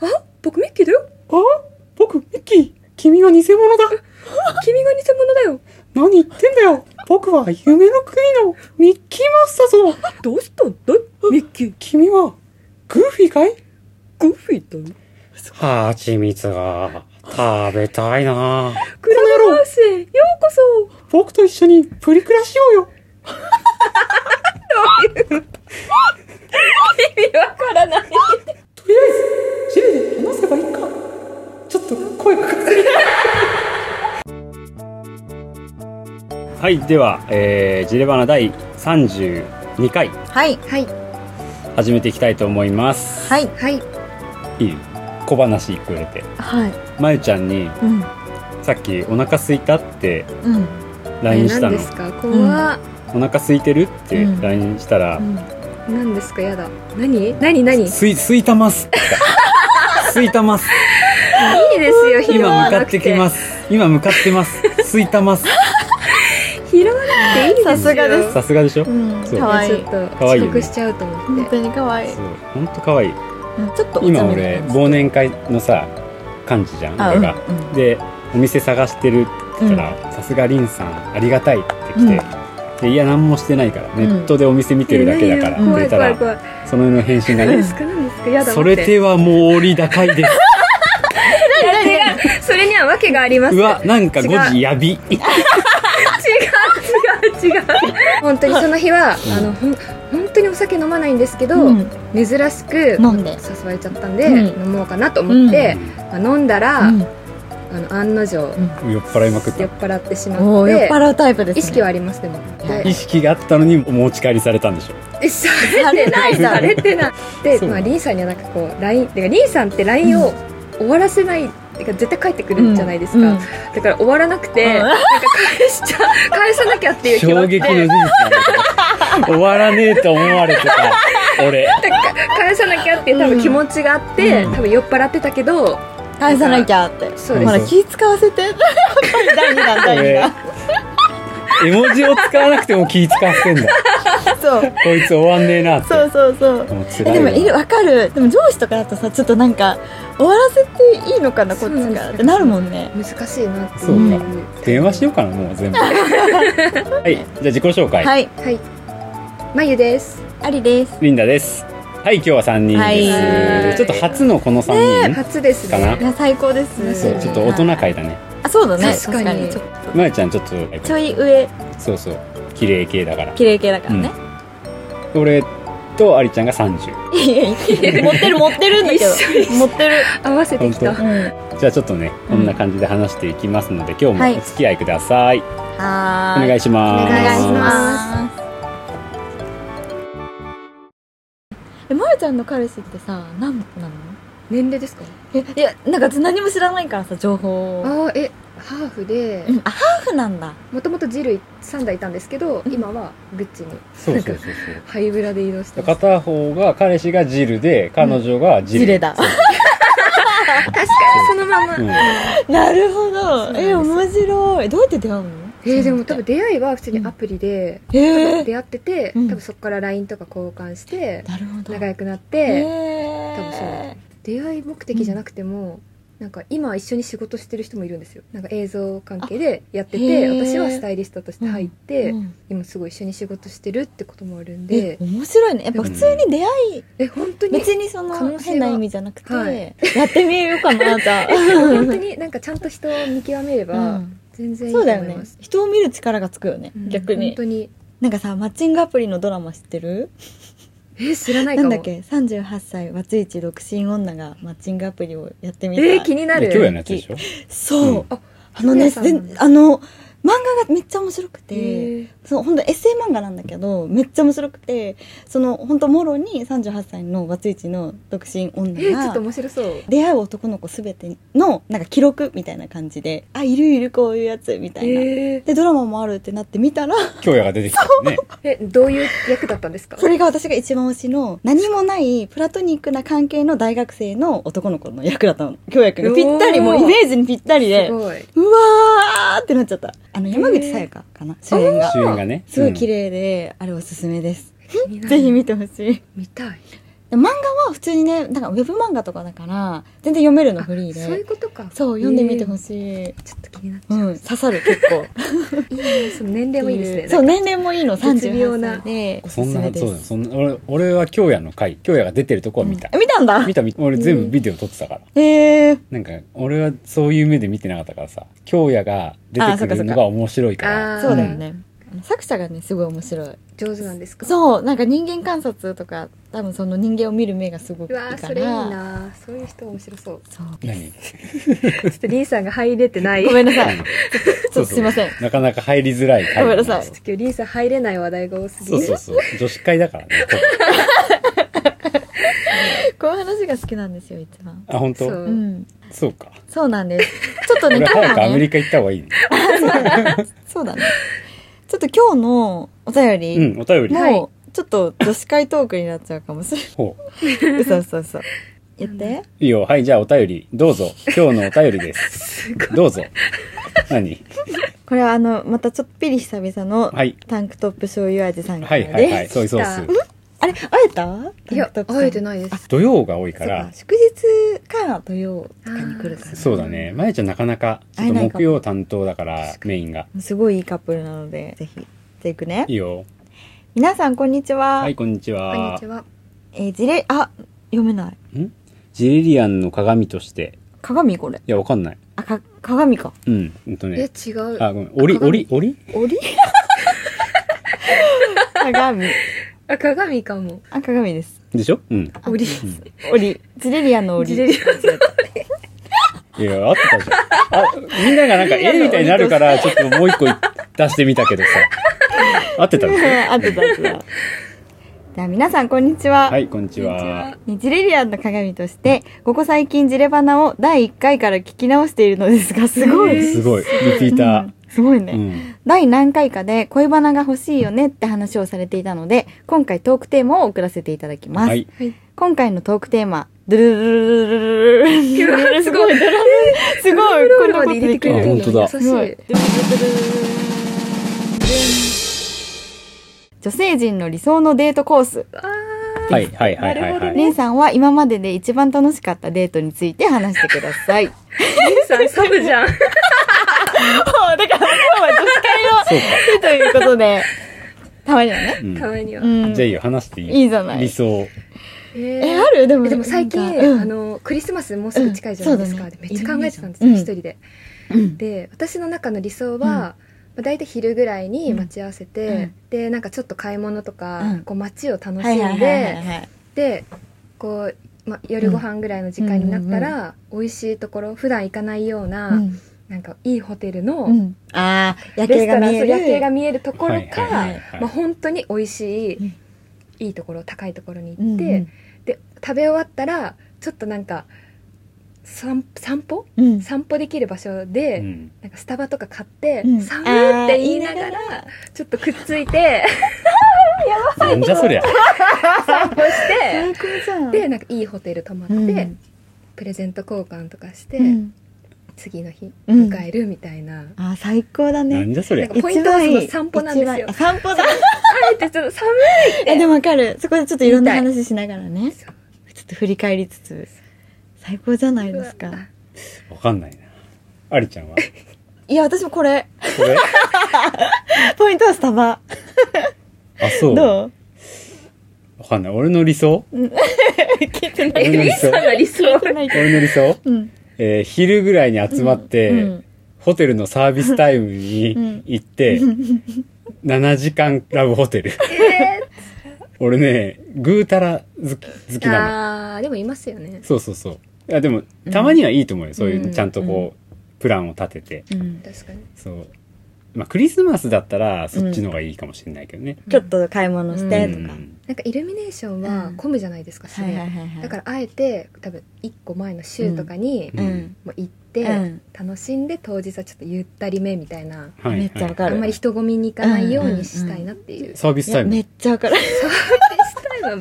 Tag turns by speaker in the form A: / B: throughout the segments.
A: あ僕ミッキーだよ
B: あ僕、ミッキー、君は偽物だ。
A: 君が偽物だよ
B: 何言ってんだよ。僕は夢の国のミッキーマウスだぞ。
A: どうしたんだいミッキー
B: 君は、グーフィーかい
A: グーフィーだよ
B: はちみつが食べたいな
A: クラブハウスへようこそ
B: 僕と一緒にプリクラしようよ。
A: 意味わからない
B: とりあえず、ジルで話せばいいか。ちょっと声がかかる。
C: はい、では、えー、ジレバナ第32回
D: はい
A: はい
C: 始めていきたいと思います。
D: はい
A: はい
C: いい小話一個入れて。
D: はい
C: まゆちゃんに、
D: うん
C: さっきお腹すいたって
D: うん
C: LINE した
A: 何で。
C: の
A: すか怖っ
C: お腹空いてるって
D: うん
C: LINE したら、
D: うん
A: 何ですかやだ何何何いいです
C: すい、すいたますって言った。すいたます。
A: よ拾
C: 今
A: わ
C: 向か
A: な
C: っ
A: く
C: て
A: て
C: きます。今向かってます。すいたます。
A: 拾わなくていいですよ
D: さすがです
C: さすがでしょ、
D: うん
C: そう
D: かわい
A: ちょ
D: い
A: っと
C: 可愛い
A: 遅
C: よね
A: 刻しちゃうと思
D: 本
A: って
D: 当にかわいい
C: そう、ほんと可愛い。
D: うんちょっとお茶目
C: 今
D: な
C: 俺、忘年会のさ、感じじゃん、
D: あ
C: 俺が。
D: うんうん
C: でお店探してるって言ったらさすがりんさんありがたいって来て、でいや何もしてないからネットでお店見てるだけだから
A: え
C: って
A: 何
C: 言
A: よ
C: った
A: 怖い怖い
C: ら
A: 怖い
C: その上の返信が
A: 何で
C: ね
A: すか何ですかやだ
C: それ
A: 待って
C: ではもう折り高いです
A: いや違う それには訳があります
C: うわなんか
A: 違う
C: 5時やび
A: 違う違う違う本当にその日はあのほん本当にお酒飲まないんですけど、
D: うん
A: 珍しく
D: 飲んで
A: 誘われちゃったんで、
D: う
A: 飲もうかなと思って、まあ飲んだら、
D: うん
A: あの案の定、
C: 酔っ払いまくっ
A: 酔
C: た
A: っ払ってしま
D: お
A: っ
D: ー酔って払うタイプですね
A: 意識はありますでも
D: は
C: 意
A: で
C: 識があったのにお持ち帰りされたんでしょ
A: えされてない
D: さ
A: さ
D: れ
A: れてないで、
C: そう
A: まあ、リンさんにはなんかこう LINE てかリンさんって LINE を終わらせない、てか絶対帰ってくるじゃないですか、
D: うん
A: だから終わらなくて、
D: うん
A: なんか返しちゃ返さなきゃっていう気
C: 衝
A: 持ち
C: 撃の事実なんだ けど終わらねえと思われてた俺
A: 返さなきゃっていう多分気持ちがあって、
C: うん
A: 多分酔っ払ってたけど
D: 返さなきゃって
A: そう
C: です
D: ほら気使わせてやっぱり第2弾第
C: 俺絵文字を使わなくても気使わせてんだ
D: 2弾そう
C: こいつ終わんねえなって
D: そうそうそう
C: もう辛い
D: え
C: わ
D: でもいるわかるでも上司とかだとさちょっとなんか終わらせていいのかなこっ
A: そう
D: ち
A: なん
D: か
A: で
D: ら
A: す
D: ってなるもんね
A: 難しいなって
C: そう
A: い
D: か
A: う
C: 電話しようかなもう全部はいじゃあ自己紹介、
D: はい
A: はいまゆです
D: ありです
C: リンダですはい今日は3人です、
A: はい
C: ちょっと初のこの3人、
A: 初です
C: かない
A: ね
D: や最高ですね
C: そうちょっと大人会だね
D: あそうだね
A: 確かに
D: ちょっ
C: まやちゃんちょっと
D: とちょい上
C: そうそう綺麗系だから
D: 綺麗系だからね、
C: 俺とありちゃんが30
D: いやいや持ってる持ってるんだけど
A: 一緒一緒
D: 持ってる、
A: 合わせてきた
D: うん、
C: じゃあちょっとねこんな感じで話していきますので、今日
D: はい
C: もお付き合いください、
D: はー
C: お願いします
A: お願いしま
D: えまゆちゃんの彼氏ってさ何なの
A: 年齢ですか
D: えいやなんか何も知らないからさ情報を
A: ああえハーフで
D: うんあハーフなんだ
A: もともとジル3代いたんですけど今はグッチに
C: そうそうそう
A: ハイブラで移動し
C: そ
A: て
C: う
A: ます
C: 片方が彼氏がジルで彼女がジル、
D: ジレだ
A: 確かにそのまま
C: うん
D: なるほ
A: そうなん
D: ど
A: です
D: え面白いどうやって出会うの
A: えーでも多分出会いは普通にアプリで
D: へえ
A: 出会ってて多
D: うん
A: 分そこから LINE とか交換して
D: なるほど
A: 仲良くなっ
D: へ
A: て
D: え
A: 多分そうだ出会い目的じゃなくてもなんか今一緒に仕事してる人もいるんですよなんか映像関係でやって
D: あへ
A: て
D: ー
A: 私はスタイリストとして入って
D: うん
A: 今すごい一緒に仕事してるってこともあるんで
D: え面白いねやっぱ普通に出会い、
A: え本当に
D: 別にそ
A: 可能性
D: の
A: は
D: 変な意味じゃなくて、
A: はい
D: やってみようかな じゃあ、
A: 本当になんかちゃんと人を見極めれ
D: う
A: ば
D: ん
A: 全然いいと
D: そうだよ
A: 思い
D: ね
A: ます、
D: 人を見る力がつくよね、
A: うん
D: 逆
A: 本
D: に
A: 当に
D: なんかさマッチングアプリのドラマ知ってる
A: え知らないか
D: な
A: も
D: んだっけ38歳バツイチ独身女がマッチングアプリをやってみた、
A: えー、気にな
C: で
A: る
C: 今日やのやつでしょ
D: そう、
C: うん
A: あ
D: あの
A: 本屋
D: ね
A: さんなん
D: ぜ
A: だ
D: あの漫画がめっちゃ面白く
A: え
D: て
A: ー
D: その本当エッセイ漫画なんだけどめっちゃ面白くてその本当もろに38歳のバツイチの独身
A: え
D: 女
A: ー、ちょっと
D: が
A: 面白そう
D: 出会う男の子すべてのなんか記録みたいな感じであいるいるこういうやつみたいな、
A: えー、
D: でドラマもあるってなって見 たら
C: 今日やが出てきたね
A: えどういう役だったんですか
D: それが私が一番推しの何もないプラトニックな関係の大学生の男の子の役だったの京也くんがぴったり
A: おー
D: もうイメージにぴったりです
A: ごいう
D: わーってなっちゃったあの山口さやかかな主演が
C: 主演がね
D: すごい綺麗で、あれおすすめです
A: 気になる
D: ぜひ見てほしい
A: 見たい
D: で漫画は普通にねなんかウェブ漫画とかだから全然読めるの
A: あ
D: フリー
A: そうい
D: で
A: うことか
D: そう読んでみてほ
A: い、
D: しい、
A: えーちょっと気になっちゃ
D: う
A: う、
D: ん、刺さる結構
A: いいねその年齢もいいですね
D: そう
A: なんか
D: 年齢もいいの
A: 絶妙な
D: 38歳でお
C: そ
D: す
C: ん
D: すめ
C: な
D: で
C: そうだ
D: す
C: そんな俺俺は京也の回京也が出てるとこは見た
D: あ、見たんだ
C: 見た見た俺全部ビデオ撮ってたから、
D: へえ
C: なんか俺はそういう目で見てなかったからさ京也が出
D: あー
C: て
D: そっ
C: く
D: かそ
C: る
D: っ
C: の
D: か
C: が面白いから
A: あー
D: そうだよね、あの作者がねすごい面白い
A: 上手なんですかう
D: そうなんか人間観察とか多分その人間を見る目がすごくいいか
A: わ
D: ら
A: ーそれいいなそういう人面白そう
D: そう
C: うん 何
A: ちょっとリンさんが入れてない
D: ごめんなさい
C: うん
D: ちょっとすいません
C: なかなか入りづらい回
D: ごめんなさい
A: 今日リンさん入れない話題が多すぎ
C: そう
A: る
C: そう そう女子会だからね
D: こういう話が好きなんですよ一番
C: あ本当
A: そ
C: そうう
D: うん
C: か
D: そうなんですちょっとね
C: 俺
D: 今日
C: 早く
D: は
C: アメ
D: ね
C: リカ行った方がいいね
D: そうだねちょっと今日のお便り、
C: うんお便り
A: はい
D: もうちょっと女子会トークになっちゃうかもし
C: ほう
D: れない嘘嘘嘘言って
C: いいよはいじゃあお便りどうぞ今日のお便りですどうぞ何
D: これはあのまたちょっとピリ久々の
C: はい
D: タンクトップ醤油味さんか
C: は
D: ら
C: い
D: です、
C: はいはいソイソース
D: あれ会えた
A: いや会えてないです
C: 土曜が多い
D: か
C: からら
D: 祝日から土曜とかに来るから、
C: そうだねまやちゃんなかなかちょっと木曜担当だからメインが
D: すごいいいカップルなのでぜひじゃあいくね
C: いいよ
D: 皆さんこんにちは、
C: はいこんにちは
A: こんにちは
D: えー、ジレあ読めない
C: ジレリアンの鏡として
D: 鏡これ
C: いやわかんない
D: あか鏡か
C: うんうんと
A: え
C: ね
A: 違う
C: あごめん折り折り折り
D: 折り 鏡
A: あ鏡かも
D: あ鏡です
C: でしょうん
A: 折り
D: 折りジレリアンの折り
A: ジレリア
C: いや合ってたじゃんあみんながなんかえみたいになるからちょっともう一個出してみたけどさ合ってたの
D: あってたあってたじゃあ皆さんこんにちは、
C: はいこんにち
A: こんにち
C: は
A: は
D: ジレリアンの鏡としてここ最近ジレバナを第1回から聞き直しているのですがすごい、
A: えー
C: すごいリピー
D: う
C: タ
D: んすごいね、
C: ーうん
D: 第何回かで恋バナが欲しいよねって話をされていたので今回トークテーマを送らせていただきます、
C: はい
D: 今回のトークテーマドゥルルルルルルルル ルルす ごいドラムすごいこんなこと
A: で入れて
D: で
A: く
D: きる
A: れる
C: あ本当だ
A: 優し
D: すご
A: い
D: い女性陣の理想のデートコース
C: はいはいはいはいはい
D: レンさんは今までで一番楽しかったデートについて話してく ださい
A: リンさんサブじゃん
D: だから今日は女子
C: そう
D: 会のということで たまにはね
C: うん
A: たまには、
D: うん
C: じゃあいいよ話していい
D: いいじゃない
C: 理想
A: え
D: え
A: ー
D: あるでも
A: えでも最近、
D: なんか
A: あのクリスマスもうすぐ近いじゃないですか、
D: うんそう
A: で
D: だね
A: めっちゃ考えてたんですよ、
D: うん
A: 一人で、
D: うん
A: で私の中の理想は、
D: うん
A: まあ、大体昼ぐらいに待ち合わせて、
D: うん
A: でなんかちょっと買い物とか、
D: うん
A: こう街を楽しんで、
D: はいはいはいはいはい
A: でこう、まあ、夜ご飯ぐらいの時間になった
D: う
A: ら、美味しいところ普段行かないような、
D: うん
A: なんかいいホテルの、
D: うんああ夜
A: レスト
D: 景が
A: ラン
D: 見え
A: そう
D: る
A: 夜景が見えるところか、
C: はいはいはいはい
A: まあ、本当に美味しい、
D: うん
A: いいところ高いところに
D: う
A: 行っ
D: ん
A: て、で食べ終わったらちょっとなんか散散歩
D: うんうん
A: 散歩できる場所で、
C: うん
A: なんかスタバとか買って「
D: うん
A: 寒い」って言いながらちょっとくっつい て
C: なんじゃそりゃ
A: 散歩して
D: 最高じゃ ん
A: でなんかいいホテル泊まって、
D: うん
A: プレゼント交換とかして、
D: うん
A: 次の日
D: うん
A: 迎えるみたいな。
D: あー最高だ
C: な
D: ね
C: んじゃそりゃ
A: ポイントはその
D: 一番いい
A: 散歩なんですよ
D: 一番あ散歩だ
A: あえてちょっと寒いって
D: えでもわかるそこでちょっといろんな
A: 言い
D: 話しながらね
A: そう
D: ちょっと振り返りつつ最高じゃないです
A: うわ
D: か
C: わかんないなありちゃんはい
D: や私もこれ
C: これ
D: ポイントはスタバ
C: あそう
D: どう
C: わかんない俺の理想
D: 聞いてな
A: え
C: 俺の
A: リ
C: 理
A: ンさ
C: 想
A: んの理想
D: 聞いてない
C: 俺の理想
D: うん
C: えー昼ぐらいに集まって、
D: うん
C: ホテルのサービスタイム
D: うん
C: に行って、7時間ラブホテル
A: え
C: 俺ねぐうたら好き好き
A: ー、
C: なの
A: あーでもいますよね
C: そうそうそういやでもたまにはいいと思うよ、そういううんちゃんとこう、プランを立てて
D: うん
A: 確かに
C: そうまあクリスマスだったらそっちの方がいいかもしれないけどね、
D: ちょっと買い物してと
C: う
D: か
C: ん
A: なんかイルミネーションは
D: うん
A: 混むじゃないですか、
D: はいはいはいはい
A: だからあえて多分1個前の週とかに、
C: うん
D: うん
A: もう行って、
D: うん
A: 楽しんで当日はちょっとゆったりめみたいな
C: はい
D: めっちゃわか
A: あ
D: る
A: んまり人混みに行かないようにしたいなっていう、
C: サービス
D: い
C: タイ
D: や
C: ム
D: めっちゃ わかる
A: したいは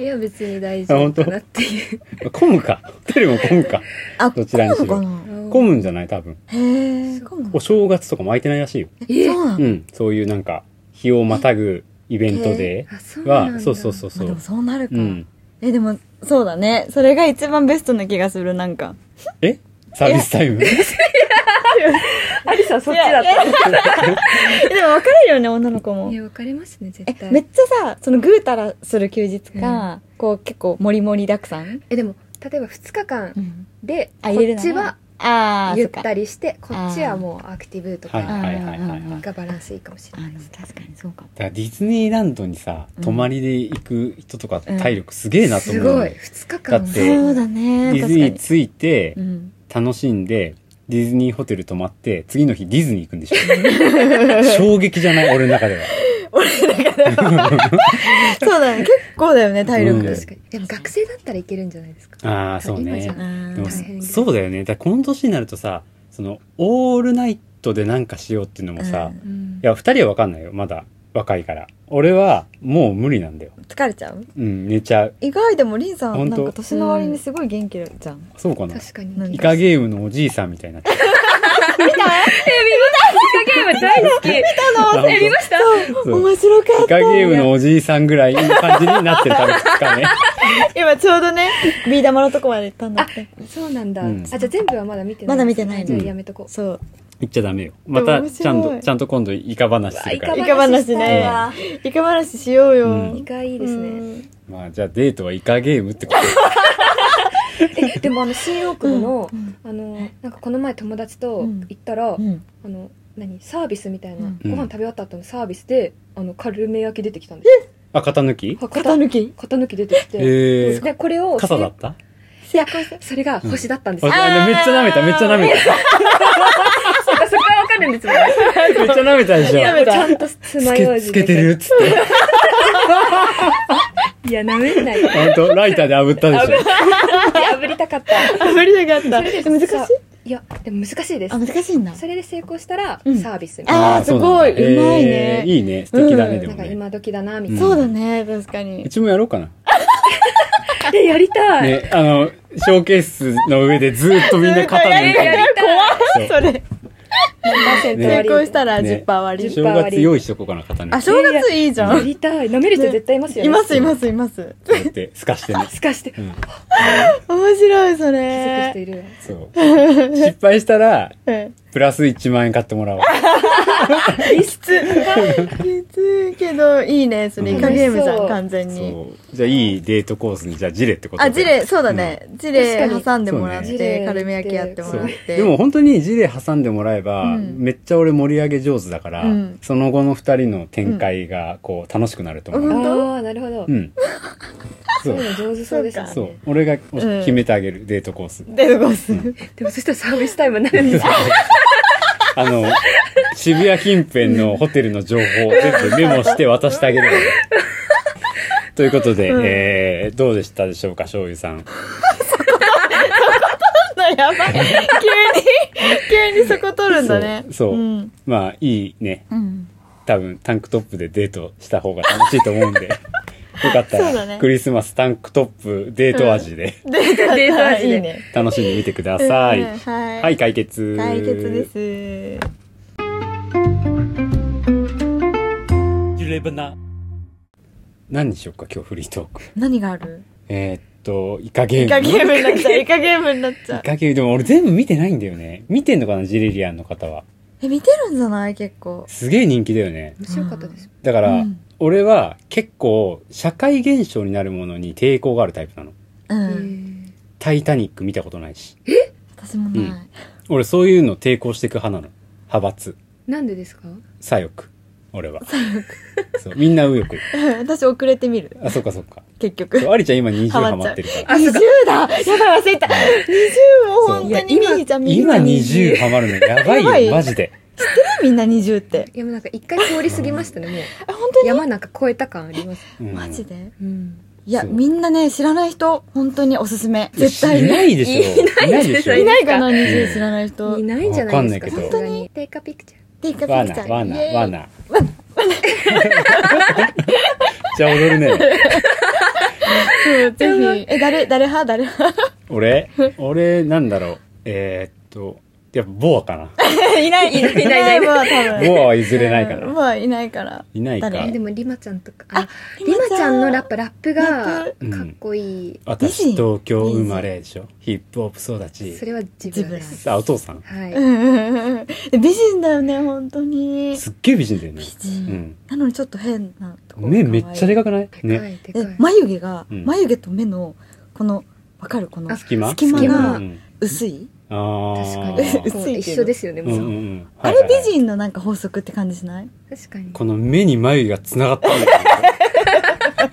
A: いや別に大丈夫かなっていう
C: 混むかホテルも混むか
D: あ
C: どちらにしろ
D: 混むかな
C: 混
A: む
C: むんじゃない多分
D: へえ
A: そう
C: お正月とかも空いてないらしいよ
A: え
D: そうな
C: う
D: の
C: ん、そういうなんか日をまたぐイベントで
A: あそうなん
C: は
A: だ
C: そうそうそう
D: ま
C: そ
D: あで
C: う、
D: もそうなるか
C: うん、
D: ええでもそうだねそれが一番ベストな気がするなん か
C: えサービスタイム
A: アリさんそっちだっ
D: いやい
A: た
D: えでも分かれるよね女の子も
A: いや分かれますね絶
D: え
A: 対
D: めっちゃさそのぐうたらする休日か、こう結構もりもりだくさん、
A: えでも例えば2日間でこ
D: あ入れる
A: っ
D: な
A: ち
D: ら
A: は
D: ああ
A: ゆっ
D: り
A: たりしてこっちはもうアクティブと
C: はいは
A: か
C: いはいはいはい
A: がバランスいいかもしれ
D: あ
A: ない
D: でも確かにそうかも
C: だからディズニーランドにさ
D: うん
C: 泊まりで行く人とか体力すげえなと
A: す
C: 思うよ
A: ごい
C: ね、
A: 2日間
C: だって
D: そうだね
C: ディズ
D: 確か
C: ニー
D: に、
C: 着いて
D: うん、
C: 楽しんでディズニーホテル泊まって次の日ディズニー行くんでしょ衝撃じゃない俺の中では
D: そうだね結構だよね体力、
C: うん
A: 確かにでも学生だったらいけるんじゃないですか
C: ああそう
A: 今じゃ
C: ね
A: ない
C: でも
A: 大変です
C: そうだよねだからこの年になるとさそのオールナイトでなんかしようっていうのもさ、
D: うん
C: い
A: うん
C: や2人は分かんないよまだ若いから俺はもう無理なんだよ
D: 疲れちゃう
C: うん寝ちゃう
D: 意外でもりんさ
C: ほ
D: ん
C: ん
D: な
C: と
D: んか年の割にすごい元気じゃん、
C: そうかな
A: 確かに
D: なんか
C: イカゲームのおじいさんみたいになってる
A: ゲーム大好 き
C: あ本
A: 見ました
C: 当そう
D: 面白か
C: イ
D: った
C: カゲームのおじいさんぐらいいい感じになってるためですかね
D: 今ちょうどねビー玉のとこまで行ったんだって
A: そうなんだ、
C: うん
A: あじゃあ全部はまだ見てない
D: まだ見てないの
A: じゃあやめとこう、
D: そう
C: 言っちゃダメよまた
D: でも面白い
C: ちゃんとちゃんと今度イカ話するか
A: う
C: ら
A: わ
D: イカ話ね
A: した
D: イカ話しようよ、
C: うん
A: いイカいいですね、
D: うん
C: まあじゃあデートはイカゲームってことで
A: えでもあの新大久保の、
D: うん
A: あのなんかこの前友達と
D: うん
A: 行ったら、
D: うん
A: あの何サービスみたいな、
D: うん
A: ご飯食べ終わった後のサービスであのカルメ焼き出てきたんです
C: あ型抜き
A: よ
D: 肩抜き
A: 型抜き出てきて、
C: へー
A: でこれを
C: 傘だった
A: いやそれが星だったんです
C: あ
A: よ、
C: あのめっちゃ舐めためっちゃ舐めた
A: そうかそこはわかるんですよ
C: めっちゃ舐めたでしょ
D: 舐めた
A: ちゃんと
C: つ
A: 爪楊
C: け
A: 枝
C: つけてるっつって
A: いやなめんない
C: 本当ライターで炙ったでしょ
A: 炙りたかった
D: あ無理なかった
A: それで
D: 難しい
A: さいやでも難しいです
D: あ難しいんだ
A: それで成功したら、
D: うん
A: サービスみたいな
D: あー
C: ーそうなんだ
D: すごいうまいね
C: えーいいね素敵だね、
D: うん
C: で
A: な
C: も
A: んか
C: ね
A: 今時だなみたいな、
D: そうだね確かに
C: うちもやろうかな
A: えやりたい、
C: ねあのショーケースの上でずっとみんな肩抜い
A: や
C: て
A: りたい
C: そう
D: それ
A: 何パーセント
C: ね
D: 成
A: 割
D: 功したら
C: ね
D: 10%割り
C: 正月用意しとこうかな肩抜
D: あ
C: い
D: 正月いいじゃ
A: や
D: ん
A: りたい舐める人絶対いますよね
D: いますいますいます
C: てやってすかして ね
A: すかして
C: うん
D: 面白いそ
A: 気づく人
D: れ
A: いるわ
C: そう失敗したら
D: うん
C: プラス1万円買ってもらおう
D: きついきついけどいいねそれイカゲームじゃん完全に
C: そうじゃあいいデートコースにじゃあジレってことで
D: あジレそうだねジレ挟んでもらっ
C: そう
A: ね
D: て軽め焼きやっても
C: そう
D: らっ
C: で
D: て
C: も本当にジレ挟んでもらえば、
D: うん
C: めっちゃ俺盛り上げ上手だから、
D: うん
C: その後の2人の展開がこう楽しくなると思う、
D: 本当
A: ああーなるほど、
C: うんそ
A: そう
C: う
A: いうの上手そうです
C: そう
A: ね
C: 俺が
D: うん
C: 決めてあげる、デートコース
D: デートコース
A: でもそしたらサービスタイムになるんですよ
C: あの渋谷近辺のホテルの情報を全部メモして渡してあげるの でということで、
D: うん
C: えーどうでしたでしょうか醤油さん
D: やばい急に急にそこ取るんだね
C: そうそうんまあいいね
D: うん
C: 多分タンクトップでデートした方が楽しいと思うん でよかった
D: そう
C: ら、
D: だね
C: クリスマスタンクトップデート味で
D: デート
A: デート味で
D: いいね
C: 楽しんでみてください、
D: うんうんはい
C: はい解決
D: 解決です
C: 何にしようか今日フリートーク
D: 何がある
C: えーっとイカゲーム
D: イカゲームになっちゃうイカゲームになっちゃう
C: イカゲームでも俺全部見てないんだよね見てんのかなジレリアンの方は
D: え見てるんじゃない結構
C: すげえ人気だよね
A: 面白かったです
C: だから、
D: うん
C: 俺は結構社会現象になるものに抵抗があるタイプなの
D: う
A: うんん
C: 「タイタニック」見たことないし
D: 私もない、
C: うん俺そういうの抵抗していく派なの派閥
A: なんでですか
C: 左翼俺はそうみんな右翼
D: うん 私遅れてみる
C: あそっかそっか
D: 結局
C: そうありちゃん今20
D: ハ
C: ハ
D: マっち
C: マっ
D: ゃう
C: てるから
D: 20だやばい忘れた20も本当に
A: そう
D: みーちゃんみーち
C: 今
D: ゃん
C: 20ハマるのやばい
D: やばい
C: よマジで
D: みんな20って
A: いやもうなんか一回通り過ぎましたねもう
D: あ本当に
A: 山なんか越えた感あります、
C: うん
D: マジで
A: うん、
D: いや
C: そう
D: みんなね知らない人本当におすすめ
C: いや
D: 絶対
C: いな
D: に
C: いでしょいないでしょ
D: いないいかな
A: う
D: 20知らない人
A: いないんじゃないですか
C: わかんないけど
A: さすがにテイカピクチャー
D: テイカピ
C: ワ
D: ク
C: ナ
D: チャー
C: ワナ
D: イエーイ
C: ワナじゃあ踊るね
D: そう ぜひえ誰誰派誰派
C: 俺俺なんだろうえーっとやっぱボアかな。
D: いない、いない、いない、もう多分。
C: ボアは譲れないか
D: うん
C: な。
D: ボアいないから。
C: いないか。
D: 誰
A: えでもリマちゃんとかあ
D: リ
A: リ
D: マ
A: マ
D: ちゃん
A: ちゃんのラップラップが
D: ラッ
C: プ
A: かっこいい、
C: 私、東京生まれでしょ。ヒップホップ
A: そ
C: 育ち。
A: れは自分です
C: あ、お父さん。
A: はい、
D: うんうんうんうん美人だよね、本当に。
C: すっげえ美人だよね。
D: 美
C: う
D: 人。
C: ん。
D: なのにちょっと変なところ
C: 目めっちゃでかくない
A: でか
C: ね。
A: いでかい
D: え眉毛が、
C: うん
D: 眉毛と目のこのわかるこの
A: あ
C: 隙間
D: 隙間
A: が
C: うん
D: 薄い
C: ああ。
A: 確かに
D: ー
A: もう一緒ですよね
C: うん
A: も
C: う
A: う、
C: んうん。
D: あ
C: は
D: れ
C: いはいはい
D: 美人のなんか法則って感じしない
A: 確かに
C: この目に眉毛が繋がって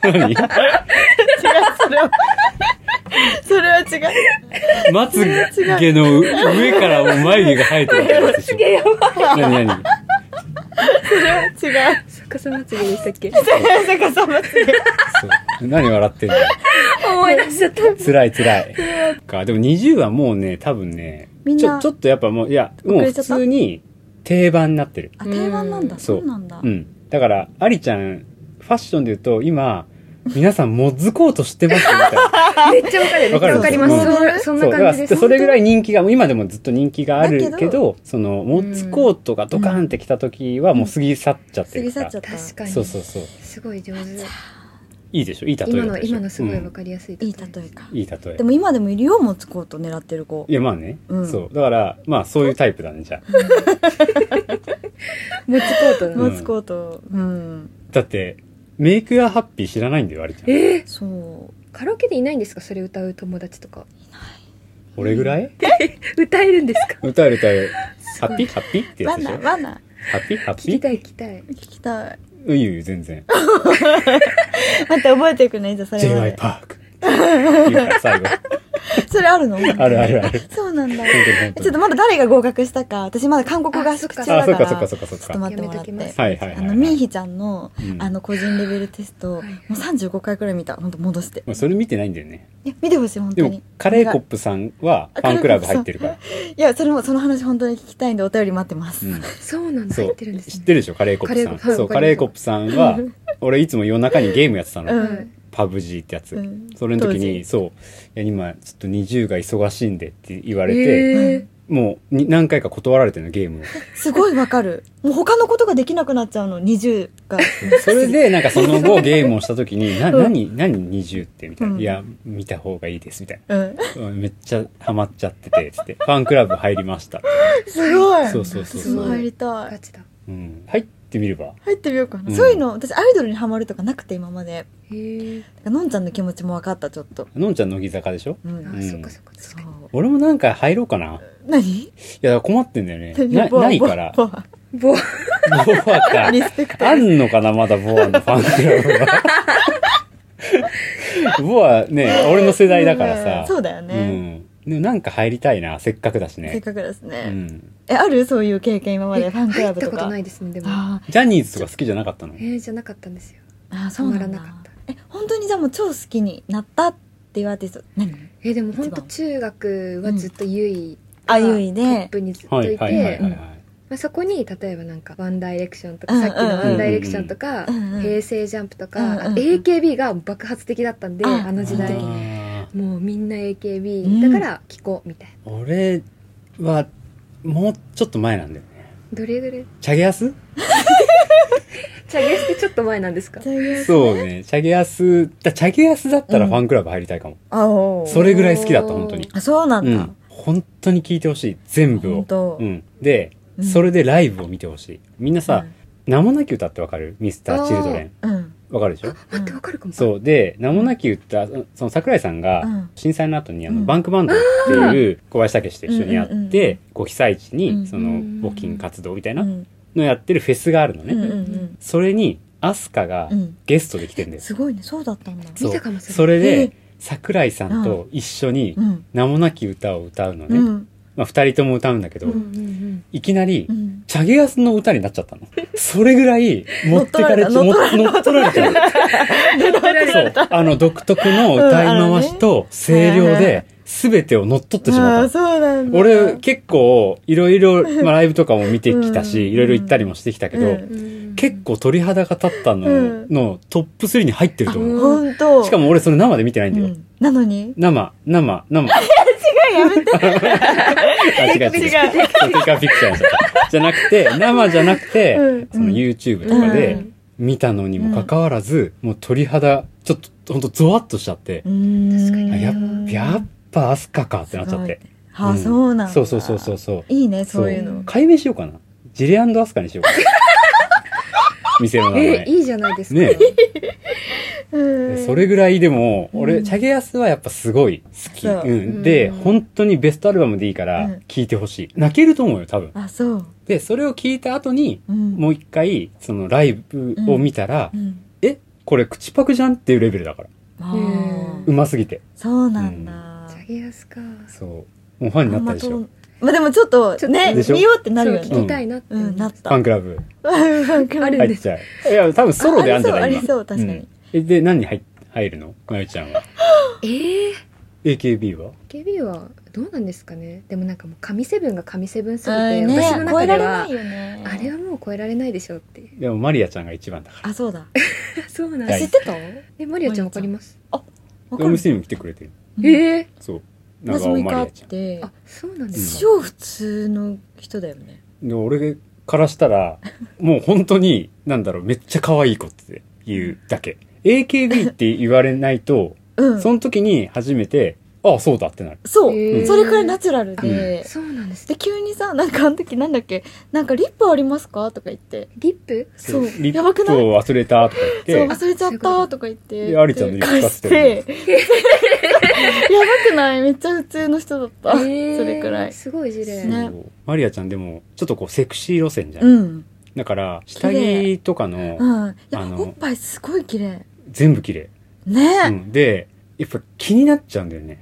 C: る。何
D: 違うそれは それは違う
C: まつ毛の上からもう眉毛が生えてるわけですしょ。
A: えやばい
C: 何何
D: 違う
A: 逆さまつげでしたっ け
D: 坂さんまつげ
C: そう何笑ってんの
A: 思い出しちゃった
C: 辛い辛い。か、でも20はもうね、多分ね、
D: みん
C: ちょ、
D: な
C: ちょっとやっぱもう、いや、もう
D: 遅れ
C: 普
D: ちゃった
C: 通に定番になってる。
D: あ定番なんだ
A: うん
D: そうなんだ
C: うん。だから、ありちゃん、ファッションで言うと、今、皆さん、モッズコート知ってますみたいな。
A: めっちゃわかるめっちゃわかります
C: わ
D: か る
A: そんな
C: そう、だか
A: 感じ
C: ら
A: です
C: それぐらい人気が、今でもずっと人気があるけど、
D: だけど
C: その、モッツコートがドカーンって来た時は、もう過ぎ去っちゃって
D: 過
C: る
D: ぎ
C: か
D: 去
C: ら。
D: っちゃった
A: 確かに
C: そうそうそう。
A: すごい上手
C: いいでしょいい例え
A: 今
C: だ
A: の
C: でしょ
A: 今のすごいわ
C: う
A: かりやすい
D: いい例えか
C: んいい例え
D: で。も今でもいるよ持つコート狙ってる子
C: いや、まあね、
D: うん
C: そう。だから、まあ、そういうタイプだね、じゃあ。
A: 持ちコートなの
D: 持つコートうん
C: だって、メイクアハッピー知らないんだよ、ありちゃん。
A: えー
D: そう
A: カラオケでいないんですかそれ歌う友達とか
C: 俺ぐらい
A: 歌えるんですか
C: 歌える歌える。ハッピーハッピーってや
D: バ
C: つでし
D: ナ
C: ょ
D: バナ
C: ハッピーハッ
A: 聞
C: ピ
A: き
C: ー
A: たい聞きたい
D: 聞きたい
C: うん、いいよ全然。
D: 待って覚えていくねじゃあそれま
C: J.Y.
D: で
C: パーク。言うから、最後。
D: それあるの
C: あるあるある。
D: そうなん
C: 本当に本
D: だ
C: 当に
D: ちょっとまだ誰が合格したか私まだ韓国合宿中だから
C: あ、そっかそっかそっかそっ
D: ちょっと
C: か。
D: 待ってもらって
A: やめときます
C: はいはいはい
D: あ
C: はい。
D: のミーヒちゃんの、
C: うん
D: あの個人レベルテス
A: は
D: ト、
A: い
D: もう35回くらい見た本当戻して
C: まあそれ見てないんだよね。
D: いや見てほしい本
C: で
D: 当
C: も
D: に、
C: カレーコップさんはファンクラブ入ってるから。
D: いやそれもその話本当に聞きたいんでお便り待ってます、
C: うん。
A: そうなん だ
C: そ
A: 入
C: う。
A: ってるんですね
C: 知ってるでしょ、カレーコッ
A: カ
C: プ
A: レーコッ
C: さん。
A: プ
C: そう、
A: はい
C: カレーコップさんは、俺いつも夜中にゲームやってた
D: う
C: の。
D: ん
A: はい
C: パブ G ってやつ
D: うん。
C: それの時
D: 当
C: に、
D: 時
C: そう、いや今、ちょっと20が忙しいんでって言われて、
A: え
D: うん
A: ー
C: もうに何回か断られてるの、ゲームを。
D: すごいわかるもう他のことができなくなっちゃうの20が
C: それで、なんかその後ゲームをした時に、な、
D: うん
C: 何、何20ってみたいな。
D: うん
C: いや、見た方がいいです、みたい
D: うん
C: な。うんめっちゃハマっちゃってて、つって。ファンクラブ入りました。
D: すごい
C: そうそうそう
A: そう
D: 入りた
A: ガ
D: い
A: チだ
C: うん。入ってみれば。
D: 入ってみようかな、
C: うん
D: そういうの私アイドルにハマるとかなくて今まで
A: へー
D: だからのんちゃんの気持ちも分かったちょっと
C: のんちゃん乃木坂でしょ
D: うん、
A: あ
C: ん
A: そっかそっか確
D: そ
A: かに
D: う
C: 俺もなんか入ろうかな。い
D: 何
C: や、だから困ってんだよね。な
D: ボア
C: ない
D: ボア
C: から。ボ
D: ボア
A: ボア
C: アか
D: リ。スペクト
C: あんのかなまだボアのファンクラブは。ボアね、俺の世代だからさ。
D: そうだよね、
C: うん。でもなんか入りたいな。せっかくだし
D: せっ
C: ね。
D: かくですね
C: う、ん。
D: えあるそういう経験今までファンクラブ
A: 入
D: と
A: ったこ
D: か
A: とないですねでも
D: あ
C: ジャニーズとか好きじゃなかったの
A: えー、じゃなかったんですよ
D: ーあーそうなんだ
A: たまらなかった
D: え本当にじゃあもう超好きになったっていうアーティスト何
A: えーでも本当中学はずっとゆい
D: あ
A: が
D: ゆい
A: トッ
D: で
A: プにずっと
C: はい
A: て、
C: いはいはいはいはい。
A: まあ、そこに例えばなんか「ワンダイレクションとか、
D: うん
A: さっきの「ワンダイレクションとか「
D: うんうん
A: 平成ジャンプ」とか、
D: うんうん
A: あと AKB が爆発的だったんで、
D: あ
A: あの時代
D: あ
C: あ
A: もうみんな AKB、
D: うん
A: だから聞こうみたいな
C: ー俺は、もうちょっと前なんだよね。
A: どれどれ
C: チャゲアス
A: チャゲスってちょっと前なんですか
D: そういう
C: そうね。チャゲアス、だチャゲアスだったらファンクラブ入りたいかも。
D: あおー
C: それぐらい好きだった、本当に。
D: あそうなんだ、
C: うん。本当に聞いてほしい。全部
D: 本
C: を。
D: 当
C: うん。で、
D: うん
C: それでライブを見てほしい。みんなさ、名もなき歌ってわかるミスター・チルドレン。
D: うんうん
C: わかるでしょ
A: 待ってわかるかも
C: そう。で、名もなき歌、その桜井さん
D: う
C: が
D: ん、
C: 震災の後にあ
D: う
C: の、
D: ん
C: バンクバンドっていう小林武史と一緒にや
D: うんうん
C: っ
D: うん
C: て、こう被災地
D: うん
C: に、その、募金活動みたいなのやってるフェスがあるの
D: うんうん
C: ね。
D: うん
C: それに、アスカが
D: うん
C: ゲストで来てるんです。
D: すごいねそうだったんだ
A: 見
C: そう
A: たかもしれない
C: それ
D: えー
C: で、桜井さんと一緒に
D: う、ん
C: 名もなき歌を歌うの
D: う
C: ね。
D: ん
C: まあ、二人とも歌うんだけど
A: うん、うんう ん
C: いきなり
D: う、ん
C: チャゲアスの歌になっちゃったの。それぐら い、持ってかれちゃ、
D: 乗
C: 持
D: っ取
C: っ取られちゃう。そう。 あの、独特の歌い回しと声量で、すべてを乗っ取ってし
D: あ
C: ま
D: ー
C: ったの。
D: そうなんだ
C: 俺、結構、いろいろ、まあ、ライブとかも見てきたし、
D: うん
C: いろいろ行ったりもしてきたけ
D: う
C: ど
D: ん、
A: うん
C: 結構鳥肌が立ったの、
D: うん
C: のトップ3に入ってると思う。
D: 本当
C: しかも俺それ生で見てないんだよ。
D: うんなのに
C: 生、生、 生。
D: やめて
C: あ、違う違う。そうテイカー
D: 違う
C: ピクチャーの人じゃなくて、生じゃなくて、
D: うん
C: その YouTube とか
A: う
C: で
A: ん
C: 見たのにもかかわらず、もう鳥肌、ちょっとほんとゾワッとしちゃって、
A: 確かに
C: あやっ
A: うん
C: やっぱアスカかってなっちゃって。
D: は
C: う
D: あ
C: ん
D: そうなんだ
C: そうそうそうそうそう。
D: いいねそういうの
C: 解明しようかな。ジリアンドアスカにしようか な。店の名
A: え
C: 前。
A: いいじゃないですか、
C: ね
D: うん
C: それぐらいでも、
D: うん
C: 俺、チャゲヤスはやっぱすごい好き。
D: そう
C: うん。で、
A: うん
C: 本当にベストアルバムでいいか
D: う
C: ら
D: ん、
C: 聴いてほしい。泣けると思うよ、多分。
D: あそう
C: で、それを聞いた後に、
D: うん
C: もう一回、そのライブを見たら、
D: うん
C: えこれ口パクじゃんっていうレベルだから。
D: あ
A: うん
C: う
D: ー
C: ま、すぎて。
D: そうなんだ
A: チャゲアスか
C: そう。もうファンになったでし
D: あん
C: ょ
D: ま。とまあでもちょっと
A: ちょっと
D: ね
C: でしょ
D: 見ようってなるよ
A: そう聞
D: ね
A: きたいなって
D: う
A: 思い
D: んな
A: ま
D: っ
A: す、
C: フ
D: た
C: ァンクラブ
A: あるん
C: 入
A: で
C: っ
A: す
C: ちゃう。いや、多分ソロであんじゃな
D: あ
C: い
D: りそうありそう
C: 今
D: 確か
C: う
D: に
C: んえで、何に入入るのまゆちゃんは。
A: ええ
C: AKB は
A: AKB はどうなんですかねでもなんかもう神セブンが神セブンすぎて、
D: うんね
A: 私の
D: 超
A: 中
D: えら
A: で
D: れな
A: はい
D: よね
A: あれはもう超えられないでしょうっていう
C: でも、マリアちゃんが一番だから。
D: あそうだ
A: そうなん
C: は
A: で
C: い
A: す
D: 知ってたわ
A: えマリアちゃんわかります
D: か
C: お
D: る
C: 店にも来てくれてる。
D: うん
A: ええ
C: そう。
D: 私
C: 長
D: も
C: 尾マリ
D: 一回会
C: ア
D: っ
C: ちゃん。
D: て
A: あそうなんです
D: 超普通の人だよね
C: で俺からした ら、もう本当に、なんだろう、めっちゃ可愛い子っていうだけ。AKB って言われないと、
D: うん
C: その時に初めて、ああ、そうだってなる。
D: そう、
A: へ
C: ー
D: それくらいナチュラルで、
A: ねそうなんです
D: で急にさなんかあの時なんだっけなんかリップありますかとか言って
A: リップ
D: そう
C: リッ
D: やば
C: プ
D: くない
C: を忘れたとか
D: そう
C: 言って、
D: 忘れちゃったとか言って
C: でアリちゃんのリップ
D: 返
C: 使
D: し
C: ってたよ
D: て やばくないめっちゃ普通の人だった、
A: ええ
D: それくらい
A: すごい事例、
D: ね
C: そうマリアちゃんでも、ちょっとこうセクシー路線じゃん。
D: うん
C: だから、下着とかの
D: うんいや
C: あの
D: おっぱいすごい綺麗
C: 全部綺麗。う
D: ね
C: ん。で、やっぱ気になっちゃうんだよね。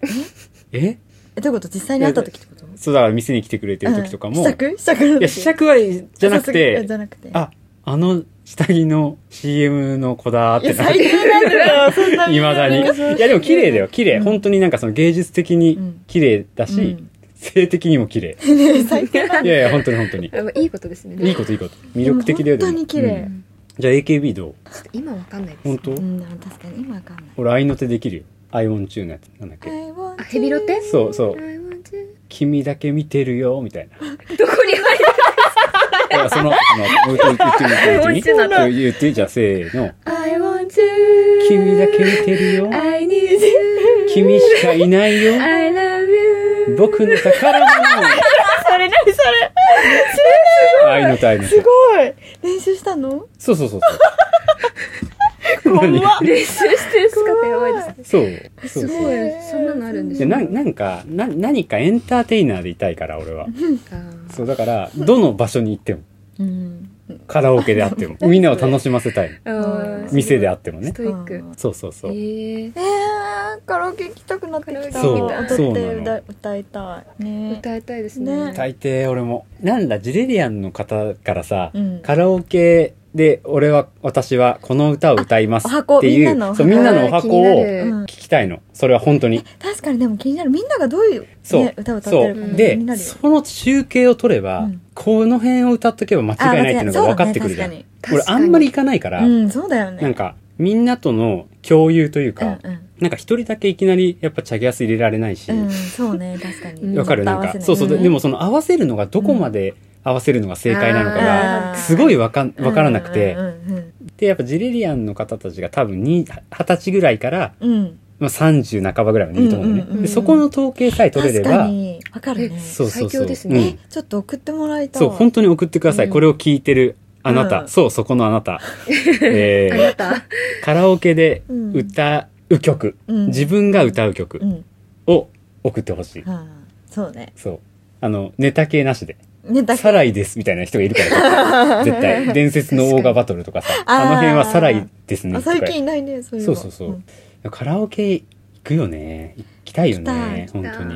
C: え
D: えどういうこと実際に会った時ってこと
C: そうだから店に来てくれてる時とかも、
D: うん試
C: い
D: 着試着の時
C: や、試着はじゃなく
D: あ
C: て
D: じ、ゃなくて
C: ああの下着の CM の子だーっ
D: いや
C: てな
D: 最低なんだよそ んな見
C: いまだ に。いやでも綺麗だよ、綺麗。
D: うん
C: 本当になんかその芸術的
D: う
C: に
D: ん
C: 綺麗だ
D: う
C: し、
D: ん、
C: 性的にも綺 麗。
D: 最低なん
C: い
D: だ
C: やいや、本当に本当に。
A: あまあいいことですね
C: いいこといいこと。魅力的だよ、
D: でも本当に綺麗
C: でもうんじゃあ AKB どう
A: ちょっと今わかんないです
C: 本当
D: うんでも確かに今わかんない
C: 俺、愛の手できるよ。アイオンチューンのやつ。なんだっけ。
D: I want
A: あヘビロテ
D: you
C: そうそう
A: I want to-
C: 君だけ見てるよ、みたいな。
A: どこに入る
C: いや、 その、あの、言って言って言って言って
A: もう一度
C: 言って、じゃあせーの。
A: I want to
C: 君だけ見てるよ。
A: I need you
C: 君しかいないよ。
A: I love you
C: 僕の宝物。
D: それ何それ
C: 愛の手、愛の
D: す
C: 手。
D: ごい練習したの
C: そうそうそうそう。
D: 怖っ
C: 何
A: 練習してる姿やばいですね
C: そう。そ
A: す
C: う
A: ご
C: そう。
A: いそんなのあるんです
C: で
A: ね
C: ななんかな何かエンターテイナーでいたいから俺は
A: あー
C: そうだからどの場所に行っても
D: うん
C: カラオケであってもみんなを楽しませたい
A: あー
C: 店であっても
A: ス
C: ね
A: トイック
C: そうそうそう、
A: ええ
D: えー、カラオケ行きたくなってきた
A: そう
D: 踊って
C: そうな
D: 歌歌いたいね
A: 歌いたいですね
D: ね
C: 大抵俺もなんだジレリアンの方からさ、
D: うん
C: カラオケで俺は私はこの歌を歌います
D: あお箱
C: っていう
D: みんなのお箱
C: そうみんなのお箱
A: あ
C: を
A: ー気にな
C: 聞
A: る
D: うん
C: きたいのそれは本当に
D: 確かにでも気になるみんながどういう、
C: そう、
D: ね、歌を歌っ
C: そ
D: て
C: う
D: るかも気にな
C: で
D: るよ
C: その集計を取れば、
D: うん
C: この辺を歌っとけば間違いないっていうのが分かってくるじゃん、
D: あ間違いない
C: 俺
A: 確か
C: あ
A: に
C: んまり行かないから、
D: そうだね確かにうんそうだよね
C: なんかみんなとの共有というか、
D: うんうん
C: なんか一人だけいきなりやっぱチャゲアス入れられないし、
D: うん、そうね確かに
A: うん
C: わかる
D: ちょ
C: な
D: っ
C: んか
D: と合わせい
C: そうそう、で
D: ん
C: でもその合わせるのがどこまで合わせるのが正解なのかが、
A: あー
C: すごいわかんわからなくて、
D: うんうん
C: でやっぱジレリアンの方たちが多分に二十歳ぐらいから、
D: うんうん、
C: まあ、30半ばぐらいまでいいと思うんだよね、
D: うんうんうん
C: でそこの統計さえ取れれ
D: 確
C: ば
D: かにわかるね
C: そうそう
A: 最
C: そう、
A: 強です
C: う
A: ね
C: ん
D: え、ちょっと送ってもらいたい
C: そう本当に送ってください、
D: うん
C: これを聞いてるあなた、
D: うん
C: そうそこのあなた、え
A: あ
C: ー
A: な、た
C: カラオケで
D: うん
C: 歌う曲、
D: うん
C: 自分が歌う曲、
D: うん
C: を送ってほしい。
D: はあ、そうね
C: そう。あの、ネタ系なしで。
D: ねだ
C: サライですみたいな人がいる から、絶対。伝説のオーガバトルとかさ、あの辺はサライですね
D: あ
C: とか
D: 最。近いないねそういう
C: そ
D: の。
C: うそうそううんカラオケ行くよね。行きたいよ
D: 行きたい
C: ね。本当に。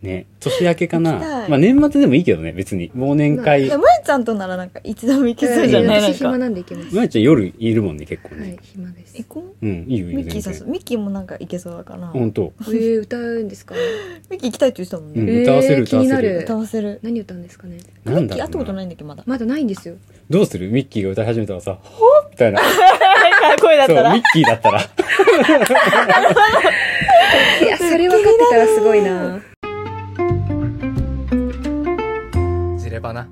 C: ね、年明けかな
D: 行きた。い
C: まあ年末でもいいけどね、別に。忘年
D: い
C: 会
D: や、。まえちゃんとならなんか一度も行けそうじゃない
A: や
D: な
A: や
D: ん
A: 私暇
D: か。
A: なんで行けます
C: ま
A: は
C: やちゃん夜いるもんね、結構ね。
A: い暇です
D: 行こ
C: うん、いいよ、
D: う
C: いい
D: ミ
C: よ、
D: ッキ
C: 全
D: ー誘
C: 然。
D: う。ミッキーもなんか行けそうだから。
C: ほんと。
A: えー、歌うんですか
D: ミッキー行きたいって言ってたもん
C: うん、
D: ね。
A: えー
C: 歌わせる、歌わ
A: 気にな
C: せ
A: る
C: る。
D: 歌わせる。
A: 何歌うんですかね
D: ミ
C: なん
D: ッ
C: だ
D: キー
C: ろ
D: 会ったこ
C: う
D: と
C: な
D: ないんだっけまだ。
A: まだないんですよ
C: どうするミッキーが歌い始めたらさ、ほーみたいな。そ
D: 声だっ
C: う、ミ
D: たら。
C: ッキーだったら。
A: いやそれ分かってたらすごいな
B: ジレバナ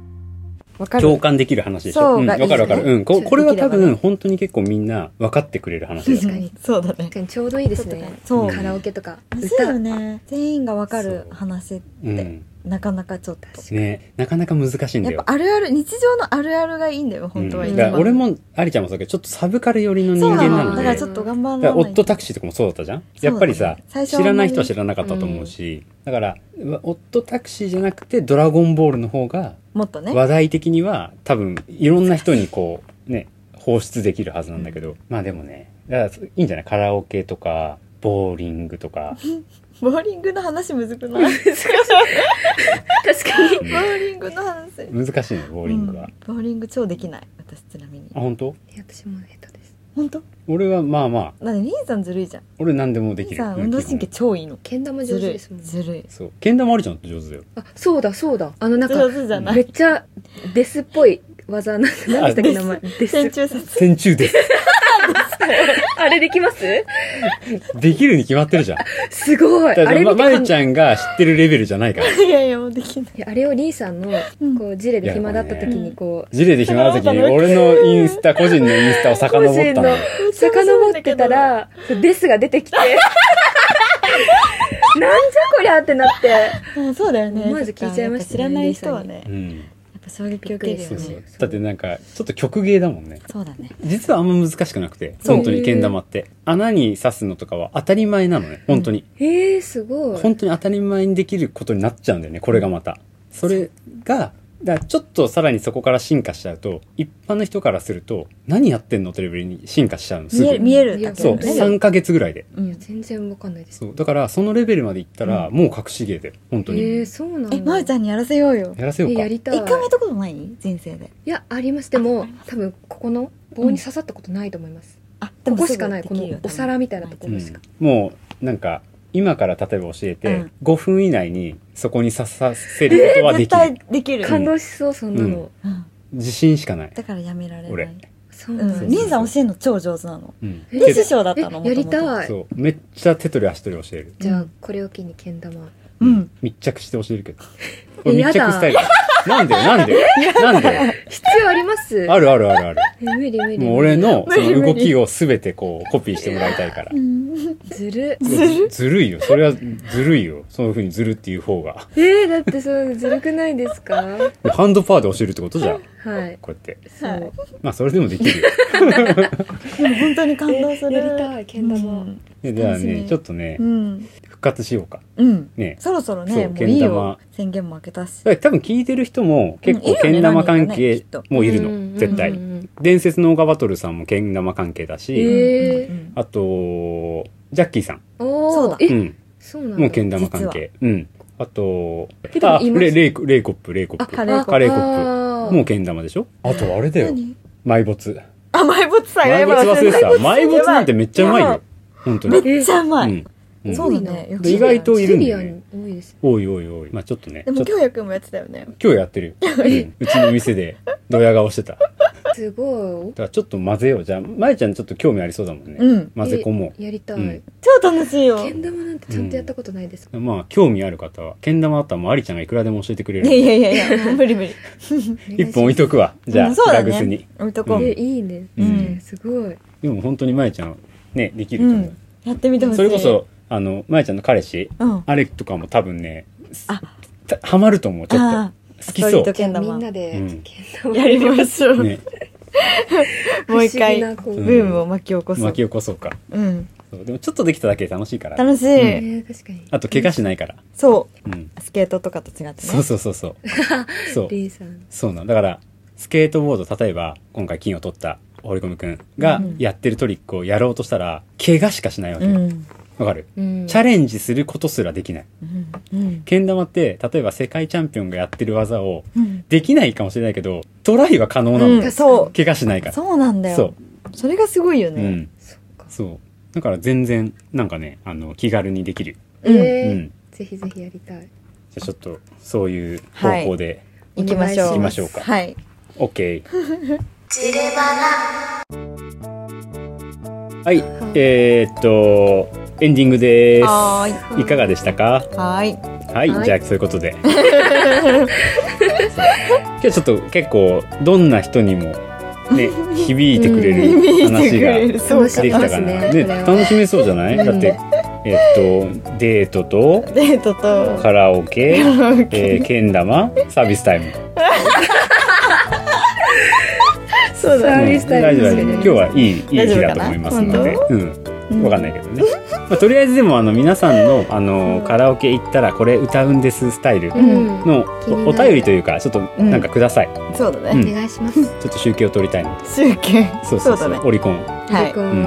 D: わか
C: 共
D: る。
C: 感できる話でしょ。
D: そう
C: うん、
D: が
C: わ
D: いいよね
C: かるわかる。うん、ここれは多
D: できれば
C: 分、本当に結構みんな分かってくれる話だ
D: 確
C: よ
D: かに。そうだね
A: 確。かにちょうどいいですね
D: そう。
A: カラオケとか
D: むずい
A: 歌
D: よね。全員がわかる話、
C: うん。
D: なかなかちょっと。
C: ね、なかなか難しいん
D: や
C: だ
D: っ
C: よ
D: ぱ。あるある、日常のあるあるがいいんだよ、本当は。
C: うん
D: 一
C: だ
D: 番
C: から俺、も、ありちゃんもそうだけど、ちょっとサブカル寄りの人
D: そう
C: 間な
D: なの。
C: の
D: だ
C: で。
D: からちょっと頑張らな
C: だ
D: い
C: から
D: と。
C: オットタクシーとかもそうだったじゃん、やっぱりさ
D: 最初
C: 知
D: は
C: らない人は知らなかったと思うし、だからうわオットタクシーじゃなくて「ドラゴンボール」の方が
D: もっとね。
C: 話題的には多分いろんな人にこうね放出できるはずなんだけど、まあでもねだからいいんじゃないカラオケとかボーリングとか、
D: ボーリングの話むずく ない
A: 確かに
C: う
D: ボ
C: ん
D: ーリングの話。
C: 難しいねボ
D: ボ
C: ーリングは、
D: ボーリング超できない。私ちなみに
C: あ。本当
A: 私も下手です
D: 本当
C: 俺はまあまあ
D: だって兄さんずるいじゃん。
C: 俺何でもでき
D: 兄
C: る
D: さん
C: うん
D: 運動神経超いいの。
A: けん玉上
D: ず
A: 手
D: るい。
A: ですもんね
D: ずるい。
C: そうけん玉ありちゃんと上手だよ
A: あそうだそうだあのなんか
D: 上手じゃな
A: め
D: い。
A: っちゃデスっぽい技なん何でしたっけ名前デ
D: 戦
A: ス
D: 中殺。
C: 戦中 です
A: あれできます
C: できるに決まってるじ ゃん
A: すごいあ
C: だから
A: れ
C: ま
A: 見て
C: ま
A: 感
C: ゆちゃんが知ってるレベルじゃないから
D: いやいや、もうできない。
A: いやあれをリーさんの
D: うん
A: こうジレで暇だった時
D: いやこれ
A: に
D: ね
A: こ
C: ジレで暇な時に俺のインスタ、個人のインスタを遡ったのよ。
A: う遡ってたらそうデスが出てきてなんじゃこりゃってなって
D: うん、そうだよね。
A: 思わず聞いちゃいましたね
D: そっかやっぱ知らない人はね
C: う、ん。
D: やっぱ衝撃を受けるよ
C: そうそう
D: ね。。
C: だってなんか、ちょっと曲芸だもんね。
D: そうだね。
C: 実はあんま難しくなくて、
D: そう
C: 本当に剣玉って。穴に刺すのとかは当たり前なのね、本当に。
A: えー、すごい
C: 本当に当たり前にできることになっちゃうんだよね、これがまた。それが、だからちょっとさらにそこから進化しちゃうと、一般の人からすると、何やってんのってレベルに進化しちゃうの、す
D: 見える、
C: ぐ。
D: 見えるだけ
C: そ
D: ど
C: う、
D: ね。
C: 3ヶ月ぐらいで。
D: うん
A: 全然わかんないです
C: そう。だから、そのレベルまでいったら、
D: う
C: もう隠し芸で、本当
A: え
C: に。
A: ー、そうなんだ
D: え、まゆちゃんにやらせようよ。
C: やらせよう
A: え
C: か。
A: やりたい
D: 一回もやったことない人生で。
A: いやありますでも多分ここの棒に刺さったことないと思います、
D: あ、
A: ここしかないこのお皿みたいなとこ
C: う
A: ろ
C: ん
A: しか、
C: もうなんか今から例えば教えて、
D: うん
C: 5分以内にそこに刺させることはで
D: 絶
C: きる、
D: 対できる。
A: 感動しそうそんなの、
C: う
D: うん
C: 自信しかない、
D: だからやめられな
C: 俺
D: い。
A: そう
D: う
A: なん
C: そ
A: だ
C: う
D: 兄さん教えるの超上手なの。
C: うん
A: え
D: で、
C: けど
D: 師匠だったの。
A: えやり
D: 元々
A: たい
C: そうめっちゃ手取り足取り教える
A: じゃあこれを機にけん玉
D: うん。
C: 密着して教えるけど
A: え
C: 俺
A: や
C: 密
A: だ
C: 着スタイルなんでよなんでよなんでよ
A: 必要あります
C: あるあるあるある
A: え無理無理
C: もう俺のそ
D: 無理
C: の
D: 無
C: 動
D: 理
C: きを全てこうコピーしてもらいたいから
D: うん
A: ずる
C: ずるいよそれはずるいよそのふうにずるっていう方が
A: えー、だってそうずるくないですかは
C: でハンドパワーで教えるってことじゃん
A: い
C: こうやって
A: そう、
D: はい
C: まあそれでもでき るよ
D: でも本当に感動する。
A: やりたいけん玉、
D: うん
C: でじゃあ
D: 楽し
C: ね
D: み
C: ちょっとね
D: うん。
C: 復活しようか
D: うん。
C: ね
D: そろそろ
C: そ
D: ね、
C: う
D: もういい
C: けん玉
D: よ。宣言も開けたし。
C: だから多分聞いてる人も結
D: うん
C: 構
D: いるよね
C: けん玉関
D: 何人かね
C: 係
D: きっと
C: もういるの、
A: ん
C: 絶対、
A: うんうん
C: 伝説のオーガバトルさんもけん玉関係だし、
A: えへー
D: うん
C: あとジャッキーさん、
A: うんおー
D: そうだ
A: え、
C: うん、
A: そうなんだ
C: もうけん玉関係うんあと
A: えでも
C: あ
A: います
C: レレイコレイコップレイコッ
D: あカ
C: プ
D: レーコ
C: カレーコッ
A: あ
C: プ
A: ー
C: もうけん玉でしょあとあれだよ
D: 何
C: 埋没
D: あ、埋没さんが
C: 埋没忘れてた埋没なんてめっちゃうまい
D: やば
C: よ
D: い
C: 本当
D: め
C: に、
D: っちゃうま
C: う
D: い。
C: んうん
D: そうだね。よく知
C: 意
D: らない
C: 外といるんだよ
A: シ
C: ね
A: ビアに多いです
C: おいおいおいまあちょっとね
D: でも、
C: ちょっと
D: 京也くんもやってたよね。
C: 今日やってるよ、うんうちの店でドヤ顔してた
A: すご
C: だからちょっと混ぜようじゃあまゆちゃんちょっと興味ありそうだもんね、
D: うん。
C: 混ぜ込も
A: いやりたい、
C: うん
D: 超楽しいよ。
A: けん玉なんてちゃんとやったことないです、
C: うまあ興味ある方はけん玉あったらもうありちゃんがいくらでも教えてくれ
D: いやい
C: る
D: やいや いや、無理無理。
C: 一本置いとくわじゃ
D: う
C: あ
D: んそうだ
C: ラ
D: ね
C: グスに
D: 置いとこ
C: うん
A: え
D: う。
A: いいね、
C: うん
A: すごい
C: でも本当にまゆちゃんねできる
D: う
C: と思
D: ん。やってみて
C: う、
D: ほしい。
C: それこそあのまゆちゃんの彼氏
D: うん。
C: あれとかも多分ね
D: あ
C: たハマると思うちょっ
D: あ
C: と好きそ
D: そううけん
A: み
D: 玉
A: んなで
C: うん
A: けん玉、
D: やりましょう。
C: ね
D: もう一回、
A: 不思議
D: ブ
A: なこう、
C: うん
A: え
D: ームを巻き起こす。
C: 巻き起こそうか
D: うん。
C: そうでもちょっとできただけで楽しいから
D: 楽し
C: う
D: い。
A: ー確かに
C: あと怪我しないから、
D: そ
C: うん、
D: う。スケートとかと違って
C: そう
D: ね。
C: そうそうそう そう
A: リンさん
C: そうなんだからスケートボード例えば今回金を取った堀込くんが
D: うん
C: やってるトリックをやろうとしたら怪我しかしないわけ
D: う
C: よ、
D: ん。
C: わかる
A: うん、
C: チャレンジすることすらできない。
D: うんうん
C: けん玉って、例えば世界チャンピオンがやってる技を、
D: うん
C: できないかもしれないけど、トライは可能な
D: う
C: の。
D: んそ
C: 怪我しないうから。
D: そうなんだよ
C: そ
D: それがすごいよ
C: う。う
D: ね、
C: ん。
A: そっか、
C: そう。だから全然、なんかね、あの、気軽にできる。
D: うん
C: う
A: えー
C: ん。
A: ぜひぜひやりたい
C: じゃあちょっと、そういう方向で、
A: うん
D: 行きましょう
A: お願いします行きま
C: しょうか
D: はい
C: OK。はい、えー、っと、エンディングです。
D: はー
C: いかがでしたか
D: いはーい
C: はい、
A: はい
C: じゃあそういうことで そう今日ちょっと結構どんな人にもね響いてくれる話がで
D: そう
C: きたかな、
A: 楽しめますねこれ
C: ね
A: は
C: 楽しめそうじゃない、だってえっとデートと
D: デートと
C: カラオ ケ
D: ラオケ
C: えーけん玉サービスタイム
D: そう
A: サ
D: だ
A: ー
D: ね
A: ビスタイム
C: うん大丈夫大丈夫今日はいいいい日だと思いますので
D: 大丈
C: うんわかんないけどね、まあ、とりあえずでもあの皆さんのあのカラオケ行ったらこれ歌うんですスタイル
A: うん、
C: の
A: 気になる
C: おお便りというかちょっと
D: うん
C: なんかください、
D: そうだ
C: う
D: ね
A: お願いします
C: ちょっと集計を取りたいので
D: 集計
C: そうそうそ
D: そううだね
C: オリコン
D: はい
A: 僕も
C: うん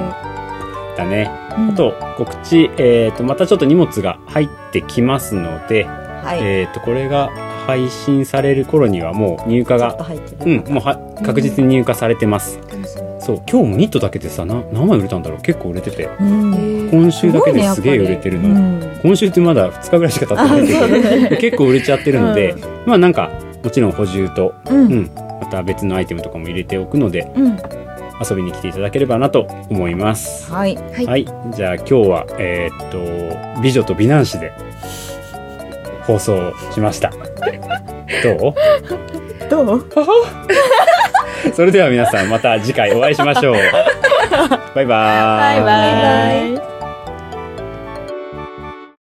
C: だね、
D: あ
C: あと告知、えー、とまたちょっと荷物が入ってきますので、
D: はい
C: えー、とこれが配信される頃にはもう入荷
D: ちょっ
C: が
D: と入って
C: う
D: る
C: んもうは確実に入荷されてます、
A: 楽し
C: そう今日もニットだけでさな何枚売れたんだろう結構売れてて
D: うん
A: みえー
C: 今週だけですげえ売れてるの、
D: うん
C: 今週ってまだ2日ぐらいしか経ってないんだけど、結構売れちゃってるので、まあなんかもちろん補充と
D: うん
C: うん、また別のアイテムとかも入れておくので
D: うん
C: 遊びに来ていただければなと思います。
D: はい
A: い
C: はい、じゃあ今日はえーっと美女と美男子で放送しました。 ど
D: どう
C: う？ それでは皆さんまた次回お会いしましょう。バイバーイ。
D: バイバイ